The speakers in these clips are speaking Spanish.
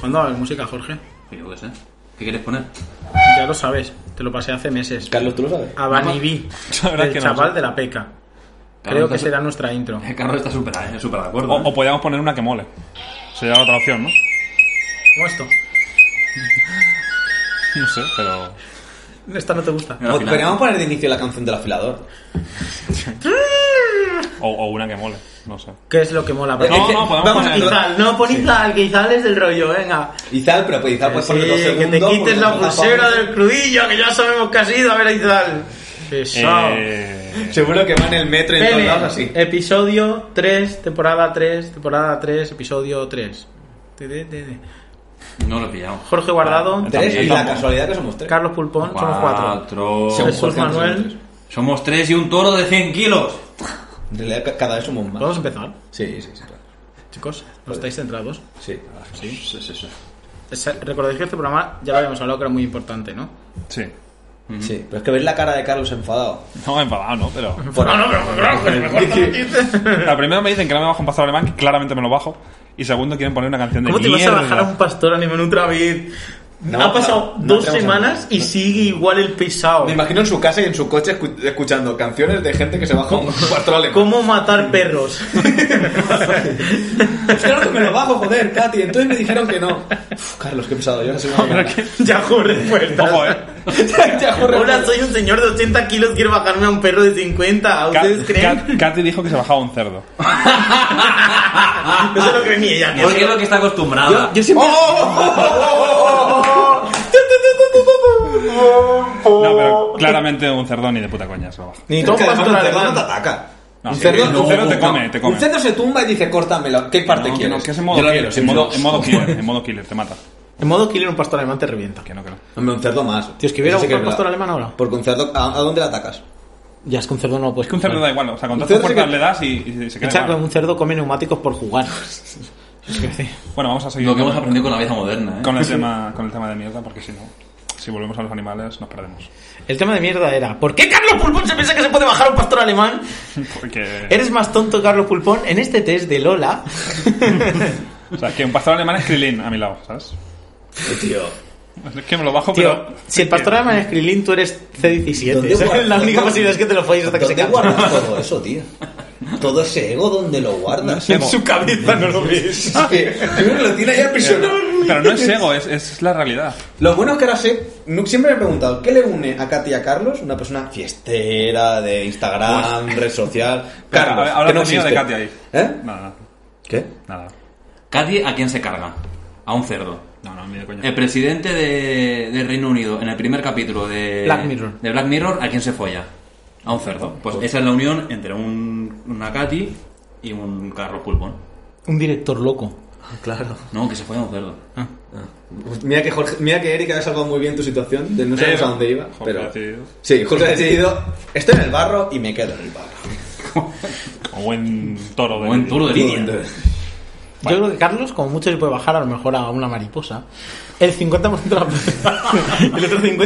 ¿Cuándo va a haber música, Jorge? Yo qué sé. ¿Qué quieres poner? Ya lo sabes, te lo pasé hace meses. Carlos, ¿tú lo sabes? A Bani B, La verdad el que no, chaval sí. de la peca. Claro, Creo que entonces- será nuestra intro. Carlos está súper eh, súper de acuerdo. O, ¿eh? o podríamos poner una que mole. Sería otra opción, ¿no? ¿Cómo esto? No sé, pero. Esta no te gusta. Mira, al final. Podríamos poner de inicio la canción del afilador. O, o una que mole, no sé. ¿Qué es lo que mola? Es que- no, podemos vamos poner- a Izal. Izal, no pon Izal, que Izal es del rollo, venga. Izal, pero pues Izal puedes Sí, poner dos que segundos. te quites porque la no está pulsera fácil. del crudillo, que ya sabemos que has ido a ver a Izal. Pesado. Eh, Seguro que va en el metro y en todos Pene, lados así. episodio 3, temporada 3, temporada 3, episodio 3. Te, te, te, te. eh. No lo he pillado. Jorge Guardado, Tres y la tampoco. casualidad que somos tres. Carlos Pulpón, somos cuatro. Somos Jesús cuatro, somos Manuel. tres. Somos tres y un toro de 100 kilos. En realidad ca- cada vez somos más. ¿Podemos empezar? Sí, sí, sí. claro. Chicos, no estáis centrados. Sí. Sí, sí, sí. Es- Recordéis que este programa ya lo habíamos hablado que era muy importante, ¿no? sí. Sí, pero es que ves la cara de Carlos enfadado. No, enfadado, ¿no? Pero. no, no, pero claro, que mejor no lo quites. La primera me dicen que no me bajo un pastor alemán, que claramente me lo bajo. Y segundo, quieren poner una canción de ¿Cómo te vas a mierda. bajar a un pastor animal un Travid? No, ha pasado no, no dos te vamos a semanas y sigue igual el pesado. Me imagino en su casa y en su coche escu- escuchando canciones de gente que se baja a un cuarto alemán. ¿Cómo matar perros? Claro que me lo bajo, joder, Katy. Entonces me dijeron que no. Uf, Carlos, qué pesado. Yo no soy una mierda. ya joder, respuestas. Ojo, eh. Ya, joder, Hola, soy un señor de 80 kilos, quiero bajarme a un perro de 50. ¿A Ka- ¿Ustedes creen? Ka- Katy dijo que se bajaba un cerdo. no se lo cree ni ella. ni Porque yo. es lo que está acostumbrada. siempre... Oh. No, pero claramente un cerdo ni de puta coña se lo baja. Ni todo Pero es que además pastor un cerdo no te alemán. ataca. No, un cerdo te come, te come. Un cerdo se tumba y dice, córtamelo. ¿Qué parte No, que quieres? no, que es en modo Yo lo killer, quiero, en sin modo, filos. en modo killer, en modo killer, te mata. En modo killer, un pastor alemán te revienta. Que no, que no. Hombre, un cerdo más. Tío, es que hubiera Eso sí gustado es el pastor verdad. alemán ahora. Porque un cerdo... ¿A, a dónde le atacas? Ya, es que un cerdo no lo puedes Es que un cerdo da igual, o sea, con Un todas tus cerdo sí puertas que- le das y, y se queda Echa igual. con un cerdo come neumáticos por jugar. Es que sí. Bueno, vamos a seguir Lo que hemos aprendido con la vida moderna, ¿eh? con el tema, con el tema de mierda, porque si no, si volvemos a los animales nos perdemos. El tema de mierda era, ¿por qué Carlos Pulpón se piensa que se puede bajar a un pastor alemán? Porque, Eres más tonto, Carlos Pulpón, en este test de Lola. o sea, que un pastor alemán es Krilin a mi lado, ¿sabes? Tío... Es que me lo bajo, Tío, pero... si el pastor alemán es Krilin, tú eres C17. ¿Dónde Esa es guardas- la única posibilidad es que te lo falles hasta que se ¿Dónde canse. guardas todo eso, tío? Todo ese ego, ¿dónde lo guardas? Es ego. cabeza no lo ves. Es que yo creo que lo tiene ahí aprisionado. Pero no es ego, es, es la realidad. Lo bueno es que ahora sé, no- siempre me he preguntado, ¿qué le une a Katy y a Carlos? Una persona fiestera, de Instagram, red social. Pero, Carlos, a ver, habla que no conmigo de existe. Katy ahí. ¿Eh? Nada, ¿Qué? nada. Cadi, ¿a quién se carga? A un cerdo. No, no, ni de coña. El presidente de, de Reino Unido en el primer capítulo de Black Mirror. de Black Mirror, ¿a quién se folla? A un cerdo. Pues esa es la unión entre un, una Katy y un Carlos Pulpón. Un director loco. Ah, Claro. No, que se folla a un cerdo. Ah. Pues Mira que, Jorge, mira que Erika ha salvado muy bien tu situación, de no sabemos Eh, a dónde iba. Jorge pero... ha decidido. Sí, Jorge ha decidido, estoy en el barro y me quedo en el barro. O buen toro. de- Buen toro de lidia. Entonces, Yo creo que Carlos, como mucho, se puede bajar a lo mejor a una mariposa. El 50% de la El otro 50%.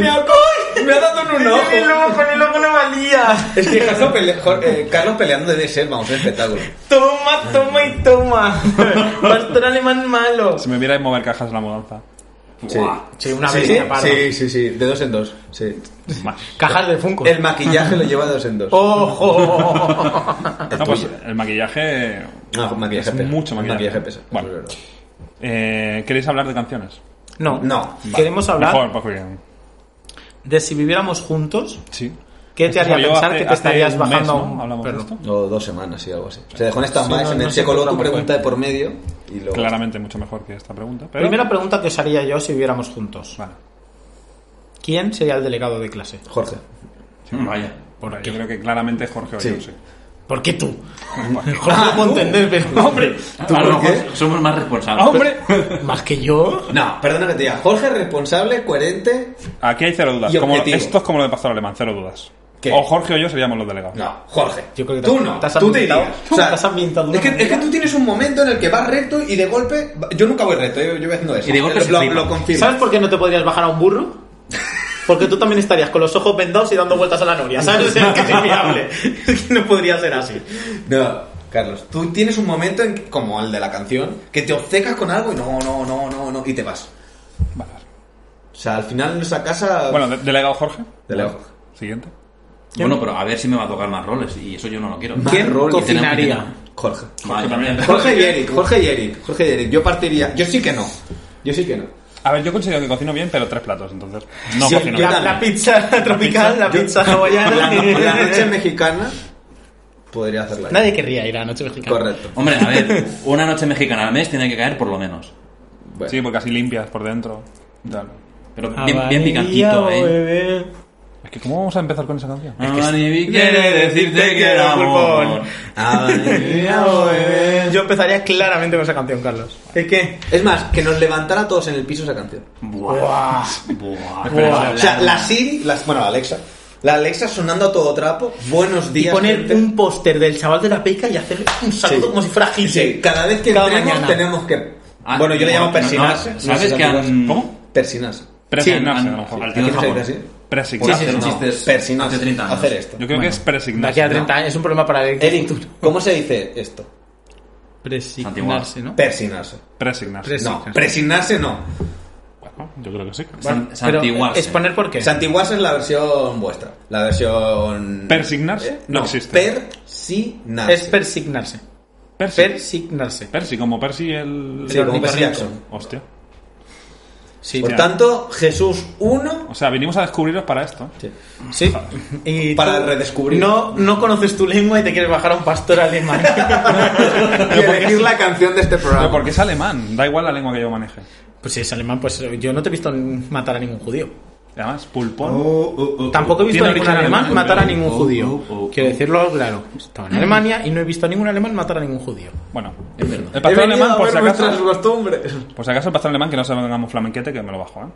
Me ha dado en un ojo. con el ojo no valía. Es que Carlos, pele- Jorge- eh, Carlos peleando debe ser, vamos, un espectáculo. Toma, toma y toma. Pastor alemán malo. Si me viera mover cajas en la mudanza. Buah. Sí, una sí, vez sí, sí, sí, sí, de dos en dos. Sí. Más. Cajas de Funko. El maquillaje lo lleva de dos en dos. ¡Ojo! El No, pues tuyo. el maquillaje... No, Ah, maquillaje Es pesa. mucho maquillaje. pesa. Vale. eso es verdad. Eh, ¿Queréis hablar de canciones? No, No. Queremos hablar Mejor, porque- de si viviéramos juntos, Sí. ¿qué te Esto haría salió pensar hace- que te hace estarías un mes, bajando ¿no? a un Hablamos de perro? esto. O dos semanas, sí, algo así. Se dejó en stand-by, Sí, no, se, no me- sé se coló tu cómo fue. pregunta de por medio y luego... Claramente mucho mejor que esta pregunta. Pero... Primera pregunta que os haría yo si viviéramos juntos. Vale. ¿Quién sería el delegado de clase? Jorge. Vaya. ¿Por Yo qué? creo que claramente Jorge Ollón, Sí. sí. ¿Por qué tú? Pues, Jorge ah, lo puedo entender, pero hombre, a lo por qué? Ah, mejor somos más responsables. hombre, más que yo. No, perdona que te diga. Jorge es responsable, coherente. Aquí hay cero dudas. Y Como, objetivo. esto es como lo de Pastor Alemán, cero dudas. ¿Qué? O Jorge o yo seríamos los delegados. No, Jorge. Yo creo que tú te- no. te has tú te ambientado- irías. te has ambientado de es, que, una es que manera. tú tienes un momento en el que vas recto y de golpe. Yo nunca voy recto, yo, yo voy haciendo eso. Y de golpe se lo, lo, flipa. lo confirmo. ¿Sabes por qué no te podrías bajar a un burro? Porque tú también estarías con los ojos vendados y dando vueltas a la noria, ¿sabes? O sea, que es inviable. Es que no podría ser así. No, Carlos, tú tienes un momento en que- como el de la canción que te obcecas con algo y no, no, no, no, no, y te vas. Vale, vale. O sea, al final en esa casa. Bueno, de- delegado Jorge. de lejos. Siguiente. Bueno, pero a ver si me va a tocar más roles. Y eso yo no lo quiero. ¿Quién Y tenemos- y cocinaría? tenemos- Jorge. Vale, también. Jorge y Eric, Jorge y Eric, Jorge y Eric. Yo partiría. Yo sí que no. Yo sí que no. A ver, yo considero que cocino bien, pero tres platos, entonces. No Yo- cocino yo bien. La, la pizza tropical, la pizza La, la noche hawaiana. mexicana podría hacerla. yo. Nadie querría ir a la noche mexicana. Correcto. Hombre, a ver, una noche mexicana al mes tiene que caer por lo menos. Bueno. Sí, porque así limpias por dentro. y tal. Pero A Ah, Ah, bien, bien vainilla, picantito, ¿eh? bebé. Es que, ¿cómo vamos a empezar con esa canción? Abanibi quiere decirte que era amor. Ah, Yo empezaría claramente con esa canción, Carlos. Es que. Es más, que nos levantara a todos en el piso esa canción. Buah. Buah. Espera, O sea, la Siri, las, bueno, la Alexa. La Alexa sonando a todo trapo. Buenos Y días. poner gente. un póster del chaval de la peca y hacer un saludo Sí. como si fuera Hitler. Sí, cada vez que Cada tenemos, mañana. tenemos que. Ah, bueno, yo le llamo no, no, persinarse. no, no ¿Sabes sé si que lo digas. han- ¿Cómo? Persinarse. han- Presignarse, a lo mejor. al tío ¿Aquí de no se Japón. dice así? Presignarse. Sí, sí, No, sí. chistes persinarse. hace 30 años. Hacer esto. Yo creo que Bueno. es presignarse. De aquí a 30 años es un problema para el Eric, ¿cómo se dice esto? Presignarse, ¿no? Persinarse. Presignarse. Pres- No, presinarse no. Bueno, yo creo que sí. San- Pero santiguarse. exponer por qué. Santiguarse es la versión vuestra. La versión. Persignarse Eh, no no, existe. Persinarse. es persignarse. Persi. Persignarse. Persi, como Persi el... Sí, como Percy Jackson. Hostia. Sí, Por ya. tanto, Jesús 1. O sea, vinimos a descubriros para esto. sí. Y Para tú redescubrir. No, no conoces tu lengua y te quieres bajar a un pastor alemán. Y elegir la canción de este Pero programa. porque es alemán, da igual la lengua que yo maneje. pues si es alemán, pues yo no te he visto matar a ningún judío. Y Además, pulpón. Tampoco he visto a Tiene ningún origen alemán alemán, matar a pero- ningún oh, judío. oh, oh, Quiero oh. decirlo claro. Estaba en Alemania y no he visto a ningún alemán matar a ningún judío. Bueno, Es verdad. el pastor venido alemán, a por ver si vuestras acaso. costumbres. Por si acaso, el pastor alemán, que no se pongamos flamenquete, que me lo bajo, ¿eh?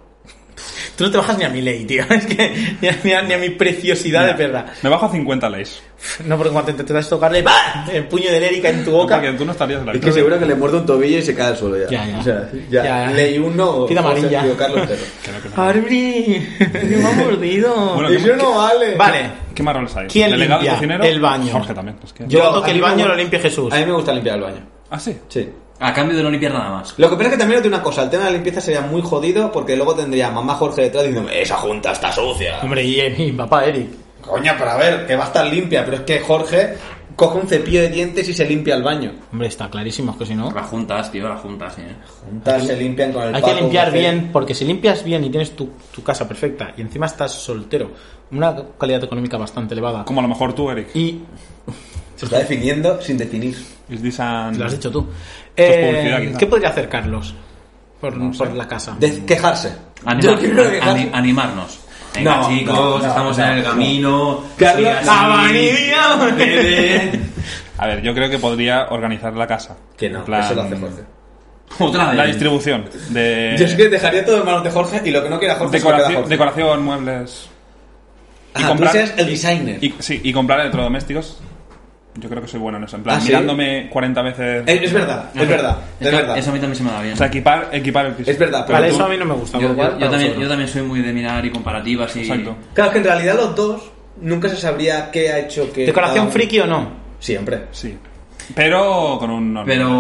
Tú no te bajas ni a mi ley, tío. Es que ni a, ni a- ni a mi preciosidad de Mira, perra. Me bajo a 50 leis. No, porque cuando te intentas tocarle, ¡bah! El puño de Erika en tu boca. Porque tú no estarías ¿eh? en la Es que seguro que le muerde un tobillo y se cae al suelo ya. Ya, ya. O sea, ya. Ya, ya. Ley 1 Tira amarilla. Carlos Otero. ¡Arbri! ¡Me ha mordido! Bueno, Eso no vale. vale. ¿Qué más roles hay? ¿Quién Delegado y limpia cocinero. el baño? Jorge también. pues que- Yo hago a que mí el me baño gusta- lo limpie Jesús. A mí me gusta limpiar el baño. Ah, sí. Sí. A cambio de no limpiar nada más. Lo que pasa es que también tiene una cosa, el tema de la limpieza sería muy jodido porque luego tendría a mamá Jorge detrás diciéndome, esa junta está sucia. Hombre, y, eh, y papá Eric. Coño, pero a ver, que va a estar limpia, pero es que Jorge coge un cepillo de dientes y se limpia el baño. Hombre, está clarísimo, es que si no. Las juntas, tío, las juntas, sí, ¿eh? Juntas se limpian con el Hay que Paco, limpiar Rafael. bien, porque si limpias bien y tienes tu, tu casa perfecta y encima estás soltero, una calidad económica bastante elevada. Como a lo mejor tú, Eric. Y Se está definiendo sin definir. Is this an- lo has dicho tú. es Eh, publicidad, quizá. ¿Qué podría hacer Carlos por, por la casa? De quejarse. Animar- Yo quiero ani- quejarse. animarnos. Venga, No, chicos, no, no, estamos no, en el no. camino. Carlos, sigue así, ¡Amanía! bebé. A ver, yo creo que podría organizar la casa. Que no, En plan, eso lo hace Jorge. Otra vez. La distribución de... Yo es que dejaría todo en manos de Jorge y lo que no quiera Jorge se lo queda Decoración, Jorge. decoración, muebles. Ah, tú seas el designer. Y, sí, y comprar electrodomésticos. Yo creo que soy bueno en eso. En plan, Ah, ¿sí? mirándome 40 veces. Eh, Es verdad, es verdad, Es es que verdad. Eso a mí también se me da bien. O sea, equipar, equipar el piso. Es verdad, pero Vale, tú- eso a mí no me gusta. yo, con lo cual, yo- yo para también, yo vosotros. también soy muy de mirar y comparativas y... Exacto. Claro, que en realidad los dos nunca se sabría qué ha hecho que... cada ¿Decoración uno. friki o no? Siempre. Sí. Pero con un normal. Pero...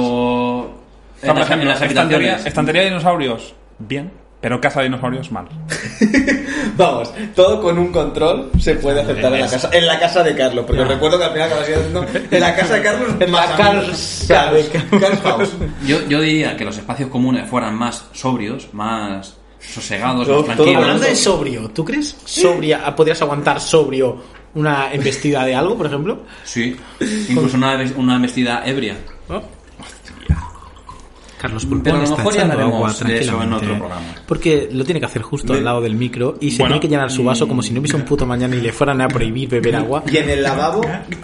O En sea, por las, en ejemplo, las estantería, habitaciones... estantería de dinosaurios, bien. Pero casa de dinosaurios, mal. Vamos, todo con un control se puede aceptar en la casa, en la casa de Carlos, porque recuerdo que al final acabas diciendo en la casa de Carlos, en la Carlos, casa de Carlos, Carlos House. Yo, yo diría que los espacios comunes fueran más sobrios, más sosegados, Todo- más todo tranquilos. Hablando de sobrio, ¿tú crees? Sobria, ah, ¿Podrías aguantar sobrio una embestida de algo, por ejemplo? Sí, incluso una, ves- una vestida ebria. ¿No? Carlos Pero a Pulpón lo está mejor ya echando agua hablamos de eso en tranquilamente. ¿eh? otro programa. Porque lo tiene que hacer justo al lado del micro y se Bueno. tiene que llenar su vaso como si no hubiese un puto mañana y le fueran a prohibir beber agua. Y en el lavabo,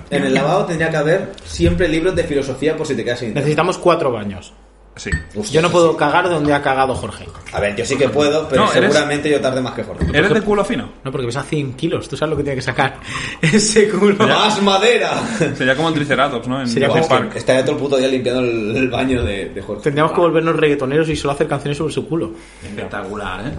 en el lavabo tendría que haber siempre libros de filosofía por si te quedas sin internet. Necesitamos cuatro baños. Sí. Uf, Yo no puedo cagar donde ha cagado Jorge. A ver, yo sí que puedo, pero No, eres- seguramente yo tarde más que Jorge. ¿Eres de culo fino? No, porque pesa 100 kilos. Tú sabes lo que tiene que sacar ese culo. ¡Más madera! Sería como el Triceratops, ¿no? En Sería South como- Park. Estaría todo el puto día limpiando el, el baño de, de Jorge. Tendríamos que volvernos reggaetoneros y solo hacer canciones sobre su culo. Espectacular, ¿eh?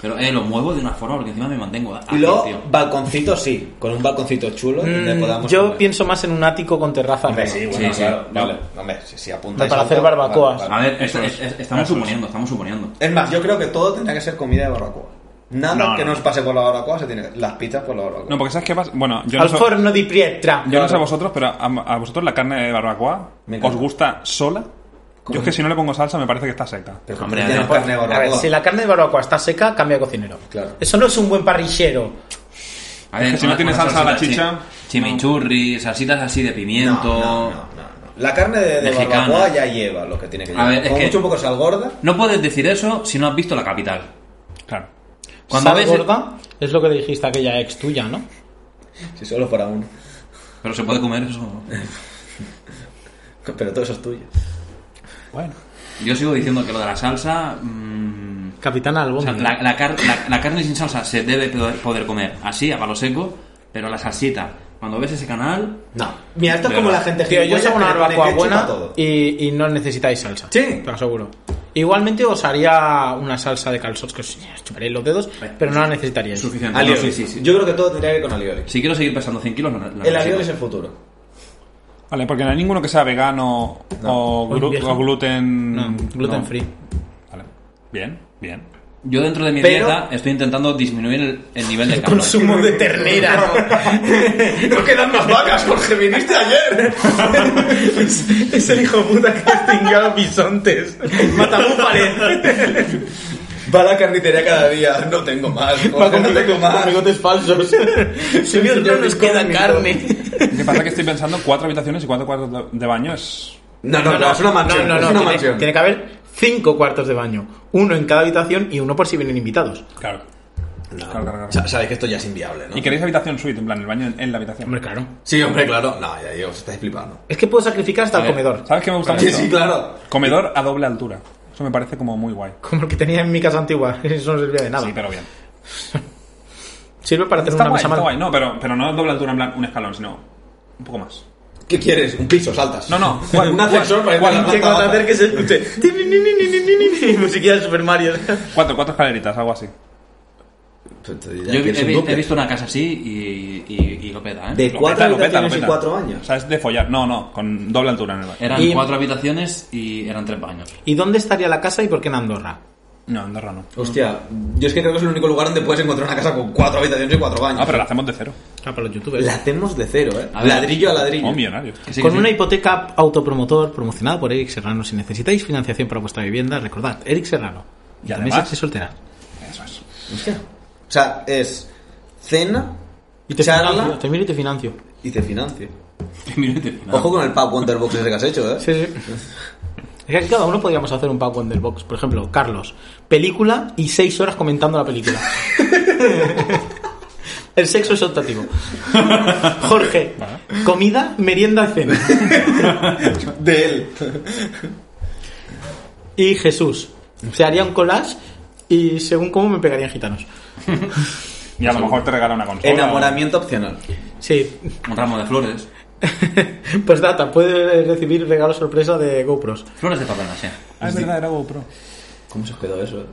Pero eh, lo muevo de una forma porque encima me mantengo ágil, Y luego, tío. balconcito sí, con un balconcito chulo donde Mm, podamos... Yo comer. pienso más en un ático con terraza. Hombre, arriba. sí, bueno, sí, claro, sí. vale. Hombre, si, si Hombre, apuntáis para alto, hacer barbacoas. vale, A vale. ver, es- es- es- estamos suponiendo, estamos suponiendo. Es más, yo creo que todo tendría que ser comida de barbacoa. Nada No, que no. nos pase por la barbacoa se tiene que... Las pizzas por la barbacoa. No, porque ¿sabes qué pasa? Bueno, yo no Al sé, forno di Pietra. yo no sé a vosotros, pero a, a vosotros la carne de barbacoa Me encanta. os gusta sola. Yo es que si no le pongo salsa me parece que está seca. Pero Hombre, ya no no, carne de A barbacoa. ver, si la carne de barbacoa está seca, cambia de cocinero. Claro. Eso no es un buen parrillero. A ver, que si no una- tiene una salsa a la salsita, chicha, chi- no. Chimichurri, salsitas así de No, pimiento. no, no, no, no. La carne de, de Mexicana. barbacoa ya lleva lo que tiene que A llevar. ver, es Como que- mucho un poco sal gorda. No puedes decir eso si no has visto la capital. Claro. Cuando Sal ves- gorda es lo que le dijiste a aquella ex tuya, ¿no? Si solo para uno. Pero se puede comer eso. Pero todo eso es tuyo. Bueno. Yo sigo diciendo que lo de la salsa. mm, Capitán o sea, Albón. la, la car- la- la carne sin salsa se debe poder, poder comer así, a palo seco, pero la salsita. Cuando ves ese canal. No. Mira, esto es Pero- como la gente Tío, yo gilipollas hago una que le pone barbacoa ketchup a buena todo. y, y no necesitáis salsa. Sí. Te lo aseguro. Igualmente os haría una salsa de calzots que os os chuparéis los dedos, pero no la necesitaríais. Suficiente. Alioli. No, sí, sí, sí. Yo creo que todo tendría que ir con alioli. Si quiero seguir pesando 100 kilos, la- la- El la- alioli es el futuro. Vale, porque no hay ninguno que sea vegano O o, glu- viejo. o gluten... No, gluten no. free. Vale. Bien, bien. Yo dentro de mi Pero- dieta estoy intentando disminuir el, el nivel de carne. Consumo de ternera. no quedan más vacas, Jorge, viniste ayer. es, es el hijo puta que ha extinguido bisontes. Matamúfares. Va a la carnicería cada día. No tengo más. Jorge, no tengo más. falsos. Señor, no nos queda incógnito. carne. Lo que pasa es que estoy pensando cuatro habitaciones y cuatro cuartos de- de baño es... No, no, no, es una mansión. No, no, no, es una tiene- mansión. tiene que haber cinco cuartos de baño. Uno en cada habitación y uno por si vienen invitados. Claro. No. Claro, claro, claro. Sa- Sabéis que esto ya es inviable, ¿no? Y queréis habitación suite, en plan, el baño en, en la habitación. Hombre, claro. Sí, hombre, claro. No, ya, ya os estáis flipando. Es que puedo sacrificar hasta el comedor. Eh, ¿Sabes qué me gusta Sí, mucho? sí, claro. Comedor a doble altura. Eso me parece como muy guay. Como el que tenía en mi casa antigua. Eso no servía de nada. Sí, pero bien. Sirve para hacer Está una guay, mesa está mal. guay. No, pero, pero no doble altura en plan un escalón, sino un poco más. ¿Qué quieres? ¿Un piso? ¿Saltas? No, no. ¿Cuál- Un ascensor para ir a cuál- la Que planta cuando baja. acerques se escuche. "Tirinininininininini", Musiquilla de Super Mario. Cuatro, cuatro escaleritas, algo así. Pues te Yo diría he, que es he- un he dúplex. visto una casa así y, y, y lo peta, ¿eh? De Lo cuatro peta, lo peta, habitaciones lo y peta. cuatro baños. O sea, es de follar. No, no, con doble altura en el baño. Eran Y- cuatro habitaciones y eran tres baños. ¿Y dónde estaría la casa y por qué en Andorra? No, Andorra no. Hostia, yo es que creo que es el único lugar donde puedes encontrar una casa con cuatro habitaciones y cuatro baños. Ah, pero la hacemos de cero. Ah, para los youtubers. La hacemos de cero, ¿eh? A ver. ladrillo a ladrillo. Oh, millonarios. Que sí, Con que sí. una hipoteca autopromotor promocionada por Eric Serrano, si necesitáis financiación para vuestra vivienda, recordad, Eric Serrano. Y Y también además- se soltera. Eso es. Hostia. O sea, es cena, Y te charla financio, te miro y te financio. y te financio. Minuto y final. Ojo con el pack Wonderbox ese que has hecho, ¿eh? Sí, sí. Es que aquí cada uno podríamos hacer un pack Wonder Box. Por ejemplo, Carlos, película y seis horas comentando la película. El sexo es optativo. Jorge, comida, merienda y cena. De él. Y Jesús, se haría un collage y según cómo me pegarían gitanos. Y a lo mejor te regala una consola. Enamoramiento opcional. Sí, Un ramo de flores. pues data, puede recibir regalo sorpresa de GoPros. Flores de papel maché. Ah, es verdad, era GoPro. ¿Cómo se os quedó eso? eh?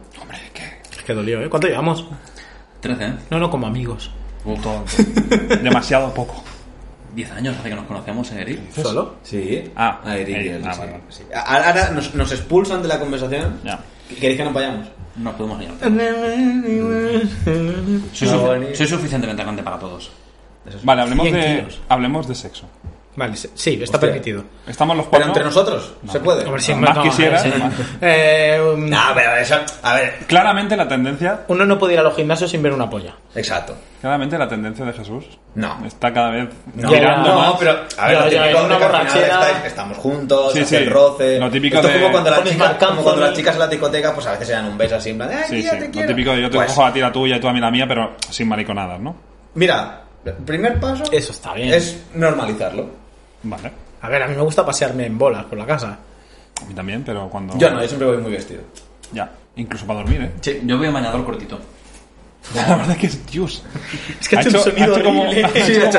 Es que dolió, ¿eh? ¿Cuánto llevamos? 13, ¿eh? No, no, como amigos. Demasiado poco. 10 años hace que nos conocemos, ¿eh, Eric. ¿Solo? Sí. Ah, a Eric. Eric, y él, ah, sí. vale, vale. Sí. Ahora ahora nos, nos expulsan de la conversación. Ya. ¿Queréis que nos vayamos? Nos podemos ir. Eh, Soy, sufi- soy suficientemente grande para todos. Vale, hablemos 100 de, kilos. hablemos de sexo. Vale, se- sí, está Hostia. permitido. Estamos los Pero cuatro. entre nosotros, ¿se puede? Hombre, sí, Más no, quisiera. sí. Eh, um, No, pero eso. A ver, Claramente la tendencia, Uno no puede ir a los gimnasios sin ver una polla. exacto. claramente la tendencia de Jesús No. está cada vez No, girando no, más. pero a ver, Ya, lo ya, típico en una de que al final borrachera. estáis- estamos juntos, Sí, hace sí. el roce. Lo típico Esto es de- como cuando, la Pones chica- marcado, como cuando ¿no? las chicas en la discoteca, pues a veces se dan un beso así, en plan, ay, Sí, tía, sí, te lo quiero. típico de yo te Pues, cojo a ti la tuya y tú a mí la mía, pero sin mariconadas, ¿no? Mira, primer paso Eso está bien. es normalizarlo. Vale. A ver, a mí me gusta pasearme en bolas por la casa. A mí también, pero cuando... Yo no, yo siempre voy muy vestido. Ya, incluso para dormir, ¿eh? Yo voy a bañador cortito. La verdad que es Dios. Es que Ha hace un hecho- sonido ha hecho como- horrible. ha hecho Sí, ha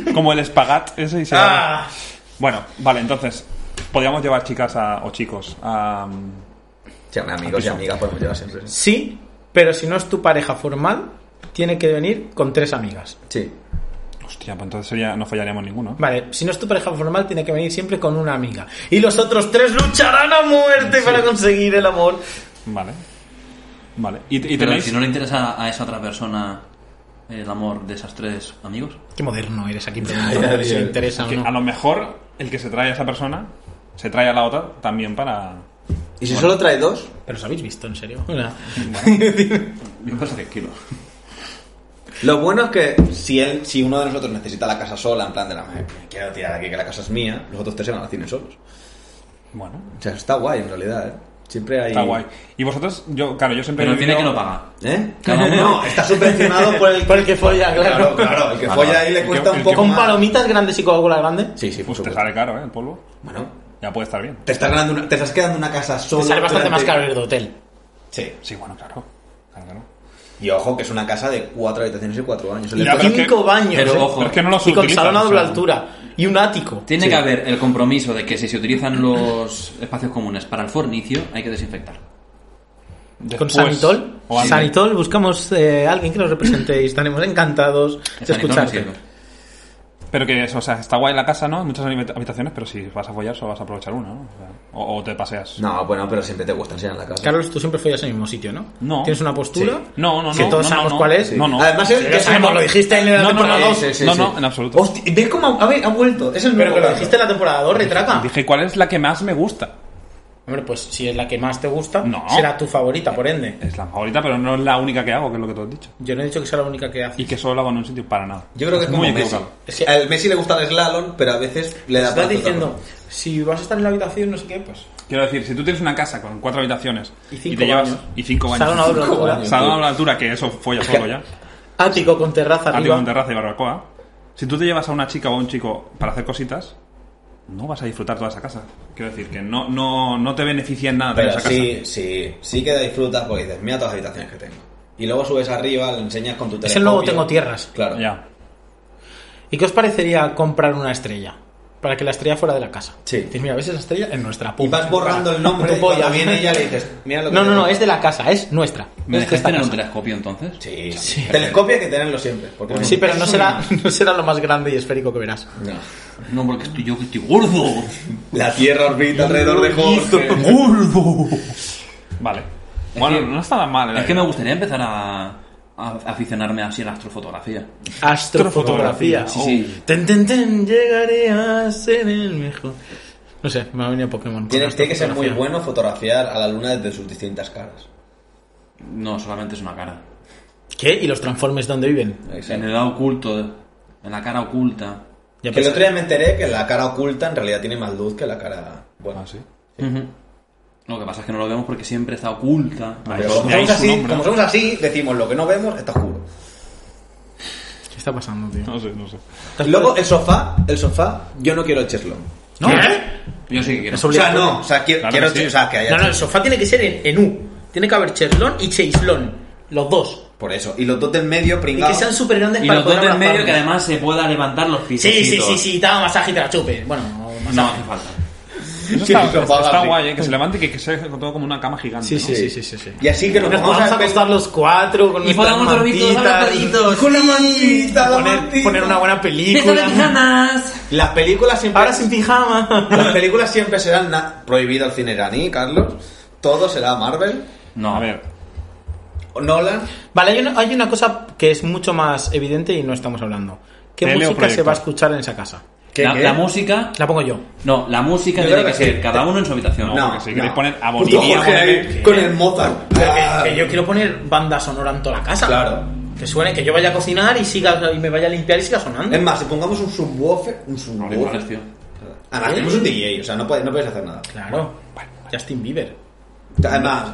hecho- Como el espagat ese y se... Ah. Bueno, vale, entonces, podríamos llevar chicas a, o chicos a... mm, Sí, hombre, amigos y amigas podemos llevar siempre. Sí, pero si no es tu pareja formal, tiene que venir con tres amigas. Sí. Hostia, pues entonces sería, no fallaríamos ninguno. Vale, si no es tu pareja formal, tiene que venir siempre con una amiga. Y los otros tres lucharán a muerte para conseguir el amor. Vale. Vale. ¿Y, y Pero tenéis...? si no le interesa a esa otra persona el amor de esas tres amigos. Qué moderno eres aquí, Ya, preguntando ya, si le ya. interesa o que a no. lo mejor el que se trae a esa persona se trae a la otra también para... ¿Y si solo trae dos? Pero os habéis visto, en serio. O sea, Yo peso 10 kilos. Lo bueno es que si él, si uno de nosotros necesita la casa sola, en plan de la "Me quiero tirar aquí que la casa es mía, los otros tres se van al cine solos. Bueno, O sea, está guay en realidad, ¿eh? Siempre hay. está guay. Y vosotros, yo, claro, yo siempre... Pero he tiene que vivido- no pagar. ¿Eh? Cada uno- No, está subvencionado por el. Por el que folla, claro. Claro, claro, el que Ah, folla no, ahí le el cuesta que- un el que- poco Con más. palomitas grandes y Coca-Cola grande. Sí, sí, Pues por te supuesto. sale caro, ¿eh? El polvo. Bueno, Ya puede estar bien. te estás, ganando una- te estás quedando una casa sola. Te sale bastante más durante- caro ir de hotel. Sí. Sí, bueno, claro. Claro, claro. Y ojo, que es una casa de cuatro habitaciones y cuatro baños. Ya, pero es que- Cinco baños. pero ¿eh? ojo, Pero es que no los y con utilizan, salón a o doble sea, altura. Y un ático. Tiene Sí. que haber el compromiso de que si se utilizan los espacios comunes para el fornicio, hay que desinfectar. Con Después- Sanitol. o antes. Sanitol, buscamos eh, alguien que nos represente y estaremos encantados El de sanitón no escucharte. sirve. Pero que eso, o sea, está guay la casa, ¿no? Muchas habita- habitaciones, pero si vas a follar solo vas a aprovechar una, ¿no? O, sea, o- o te paseas. No, bueno, pero siempre te cuesta enseñar la casa. Carlos, tú siempre follas en el mismo sitio, ¿no? No. Tienes una postura. Sí. No, no, Que no, todos no, sabemos no, cuál es. Sí. No, no. Además, ¿eh? él Ya sabemos, lo dijiste en la No, no, temporada no, no. 2. Sí, sí, No, sí. no, en absoluto. Hostia, ¿Ves cómo ha, a ver, ha vuelto? Es el Pero nuevo que lo Carlos. dijiste en la temporada 2, retrata. Dije, ¿cuál es la que más me gusta? Hombre, pues si es la que más te gusta, No. será tu favorita, por ende. Es la favorita, pero no es la única que hago, que es lo que tú has dicho. Yo no he dicho que sea la única que hace. Y que solo la hago en un sitio para nada. Yo creo que es como muy Messi. equivocado. Es que- Al Messi le gusta el slalom, pero a veces le da Estás paso diciendo, tampoco. si vas a estar en la habitación, no sé qué, pues. Quiero decir, si tú tienes una casa con cuatro habitaciones Y cinco te llevas baños. y cinco baños, Salón a doble Cinco altura. baños. Salón a una altura que eso folla solo ya, Ático con terraza ático con arriba. terraza y barbacoa. Si tú te llevas a una chica o a un chico para hacer cositas, no vas a disfrutar toda esa casa. Quiero decir que no, no, no te beneficia en nada tener Pero esa casa. sí, sí, sí que disfrutas porque dices, mira todas las habitaciones que tengo. Y luego subes arriba, le enseñas con tu Es teléfono. el nuevo tengo tierras. Claro. Ya. ¿Y qué os parecería comprar una estrella? Para que la estrella fuera de la casa. Sí. Dices, mira, ¿ves esa estrella? Es nuestra. Y pum. vas borrando el nombre Tu y polla. cuando viene ella le dices, mira lo que No, no, tengo. no, es de la casa, es nuestra. ¿Me es de dejáis esta tener un casa. telescopio entonces? Sí, Sí. sí. Telescopio hay que tenerlo siempre. Porque Sí, pero no será, no será lo más grande y esférico que verás. No. No, porque estoy yo que estoy gordo. La Tierra orbita alrededor de Jorge. ¡Gordo! Vale. bueno, que- no está tan mal. ¿eh? Es que me gustaría empezar a, a aficionarme así a la astrofotografía. Astrofotografía. Sí, sí. Oh. Ten, ten, ten, llegaré a ser el mejor. No sé, me ha venido Pokémon. con Tiene, tiene que ser muy astrofotografía. bueno fotografiar a la luna desde sus distintas caras. No, solamente es una cara. ¿Qué? ¿Y los transformes dónde viven? En Exacto. el lado oculto, en la cara oculta. Ya pues, Que el pensé. otro día me enteré que la cara oculta en realidad tiene más luz que la cara. Bueno, Ah, sí. Ujú. Lo que pasa es que no lo vemos porque siempre está oculta. Vale. Pero Pues como de ahí somos, su así, nombre, como ¿no? somos así, decimos lo que no vemos está oscuro. ¿Qué está pasando, tío? Oh, No sé, no sé. Luego el sofá, el sofá, yo no quiero el cheslón. ¿No? Yo sí que quiero. Es O sea, obligatorio. no, o sea, qui- Claro quiero, que sí. che- o sea, que haya No, no, el cheslón. sofá tiene que ser en, en U. Tiene que haber cheslón y cheislón. Los dos. Por eso, y los dos del medio Y pringados. que sean súper grandes Y para los dos poder del medio abrazarnos. que además se pueda levantar los pies. Sí, sí, sí, sí, daba masaje y te la chupe. Bueno, masaje. No hace falta. Eso Sí, está, el sofá, está sí. guay, ¿eh? Que se levante y que, que sea todo como una cama gigante. Sí, ¿no? sí, sí, sí, sí, sí. Y así que nos, Nos vamos a acostar los cuatro con Y nuestras podamos dormir todos mantitas. arropaditos. Con la mantita, la poner, mantita. poner una buena ¡Beso de película. pijamas! Las películas siempre. Ahora sin pijama. Las películas siempre serán na- prohibido el cine iraní, Carlos. Todo será Marvel, No, A ver, Nolan. Vale, hay una, hay una cosa que es mucho más evidente y no estamos hablando. ¿Qué Tele o música se va a proyector. escuchar en esa casa? ¿Qué, la, qué? la música. La pongo yo. No, la música Yo tiene creo que que ser sí. cada uno en su habitación. No. porque si queréis no. poner a Puto Bolivia, Jorge ponedme- ahí con el Mozart. Ah, Que yo quiero poner banda sonora en toda la casa. Claro. Que suene, que yo vaya a cocinar y siga y me vaya a limpiar y siga sonando. Es más, si pongamos un subwoofer, un Auriculares, subwoofer. tío. Además, tenemos un DJ, o sea, no puedes, no puedes hacer nada. Claro. Justin Bieber. Además,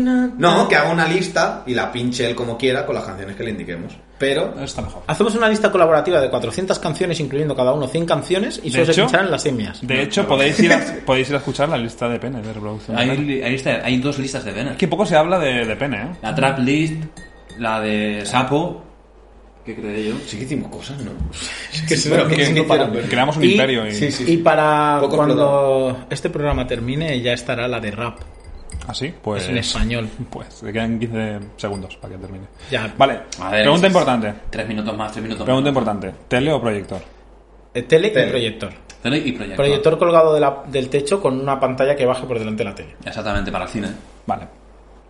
no, que haga una lista y la pinche él como quiera con las canciones que le indiquemos. Pero Está mejor. Hacemos una lista colaborativa de 400 canciones, incluyendo cada uno 100 canciones, y solo se hecho- pincharán las semias. De hecho, podéis ir, a, podéis ir a escuchar la lista de pene de reproducción. Hay, li- hay lista- hay dos listas de venas. Es que poco se habla de, de pene, ¿eh? La trap list, la de sapo. ¿Qué creé yo? sí que hicimos cosas, ¿no? Es que Pero que- que- creamos un Y- imperio y... sí, sí. Y para Poco cuando este programa termine, ya estará la de rap. Así, pues... Es en español. Pues, te quedan 15 segundos para que termine. Ya. Vale, A ver, pregunta es- importante. Tres minutos más, tres minutos Pregunta más. importante. ¿Tele o proyector? Eh, Tele, Tele. y proyector. Tele y proyector. Proyector colgado de la- del techo con una pantalla que baje por delante de la tele. Exactamente, para el cine. Vale.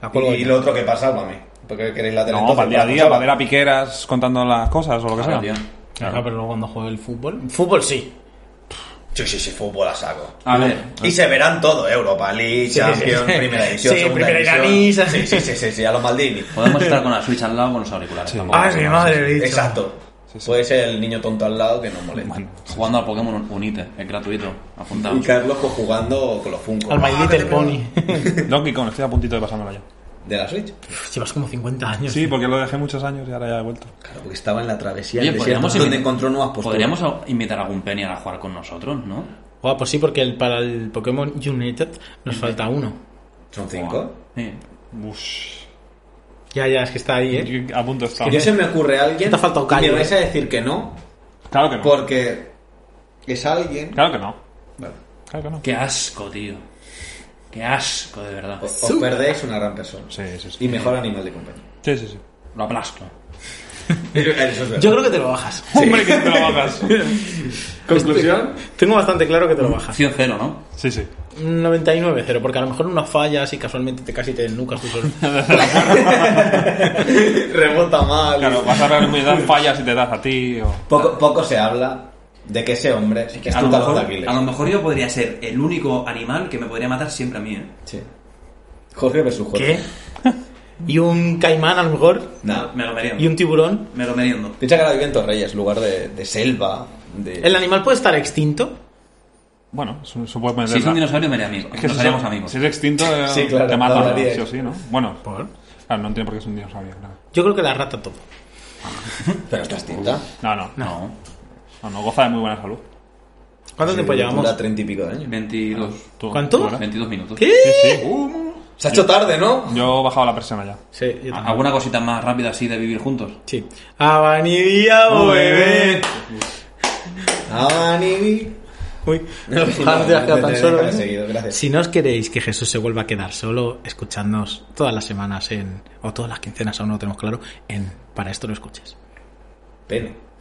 La cuelgo Y yo. lo otro que pasa, mami. Porque queréis la tele. No, para entonces, el día a la día, consola. para ver a piqueras contando las cosas o lo que Claro, sea. tío. Claro, Ah, pero luego cuando juegue el fútbol. Fútbol sí. Sí, sí, sí, fútbol a saco. A ver, Y se verán todo, ¿eh? Europa League, Champions, sí. Primera División, Sí, Segunda Primera iraní, División. ¿sabes? Sí, sí, sí, sí, sí, a los Maldini. podemos estar con la Switch al lado con los auriculares. tampoco. Ay, mi madre, bicho. Exacto. Puede ser el niño tonto al lado que no molesta. Bueno, Jugando al Pokémon Unite, es gratuito. Y Apuntamos. Carlos pues, jugando con los Funko. Ah, Al My Little Pony. Donkey Kong, estoy a puntito de pasármela ya. ¿De la Switch? Llevas como 50 años. Sí, porque lo dejé muchos años y ahora ya he vuelto. Claro, porque estaba en la travesía Oye, del desierto, podríamos, donde invi- encontró nuevas posturas. podríamos a- invitar a algún Penny a jugar con nosotros, ¿no? Guau, pues sí, porque el- para el Pokémon United nos falta uno. ¿Son cinco? Sí. Ush. Ya, ya, es que está ahí, ¿eh? Yo- A punto estaba. Yo se me ocurre a alguien Te ha faltado y callo, me vais eh. a decir que no, Claro que no. porque es alguien... Claro que no. Vale. Claro que no. Qué asco, tío. Qué asco, de verdad. Os os perdéis una gran persona. Sí, sí, sí. Y mejor animal de compañía. Sí, sí, sí. Lo aplasto. Eso es verdad. Yo creo que te lo bajas. Hombre, que te lo hagas. ¿Conclusión? Tengo bastante claro que te lo bajas. Acción cero, ¿no? Sí, sí. 99-0, porque a lo mejor unas fallas y casualmente te casi te nucas tú solo. Rebota mal. Claro, vas a ver muy edad, fallas y te das a ti o... Poco, poco se habla de que ese hombre es A tu lo, talón mejor, de Aquiles. a lo mejor yo podría ser el único animal que me podría matar siempre a mí, ¿eh? Sí. Jorge versus Jorge. ¿Qué? Y un caimán a lo mejor. No. Me lo meriendo. Y un tiburón. Me lo meriendo. Piensa que ahora vive en Torreyes, lugar de, de selva. De... ¿El animal puede estar extinto? Bueno, eso, eso puede poner... Si es un la- dinosaurio, me haría amigo. Es que Nos si haríamos son- amigos. Si es extinto, eh, Sí, claro, te matan, ¿no? hablaría. sí o sí, ¿no? Bueno, ¿Por? claro, no entiendo por qué es un dinosaurio, claro. Yo creo que la rata todo. Pero estás tinta. No, no, no, No. no, goza de muy buena salud. ¿Cuánto tiempo llevamos? Dura treinta y pico de años. 22. Tú- ¿Cuánto? tú, ¿verdad? 22 minutos. ¿Qué? Sí, sí. Se ha hecho tarde, ¿no? Yo he bajado la persona ya. Sí, yo también. ¿Alguna cosita más rápida así de vivir juntos? Sí. Abanidía, bebé. Ah, Nibi. Uy, No, ojalá no, te hayas quedado no, tan no, solo, déjame ¿eh? seguido, gracias. Si no os queréis que Jesús se vuelva a quedar solo, escuchadnos todas las semanas en, o todas las quincenas, aún no lo tenemos claro, en Para esto lo escuches. Pene.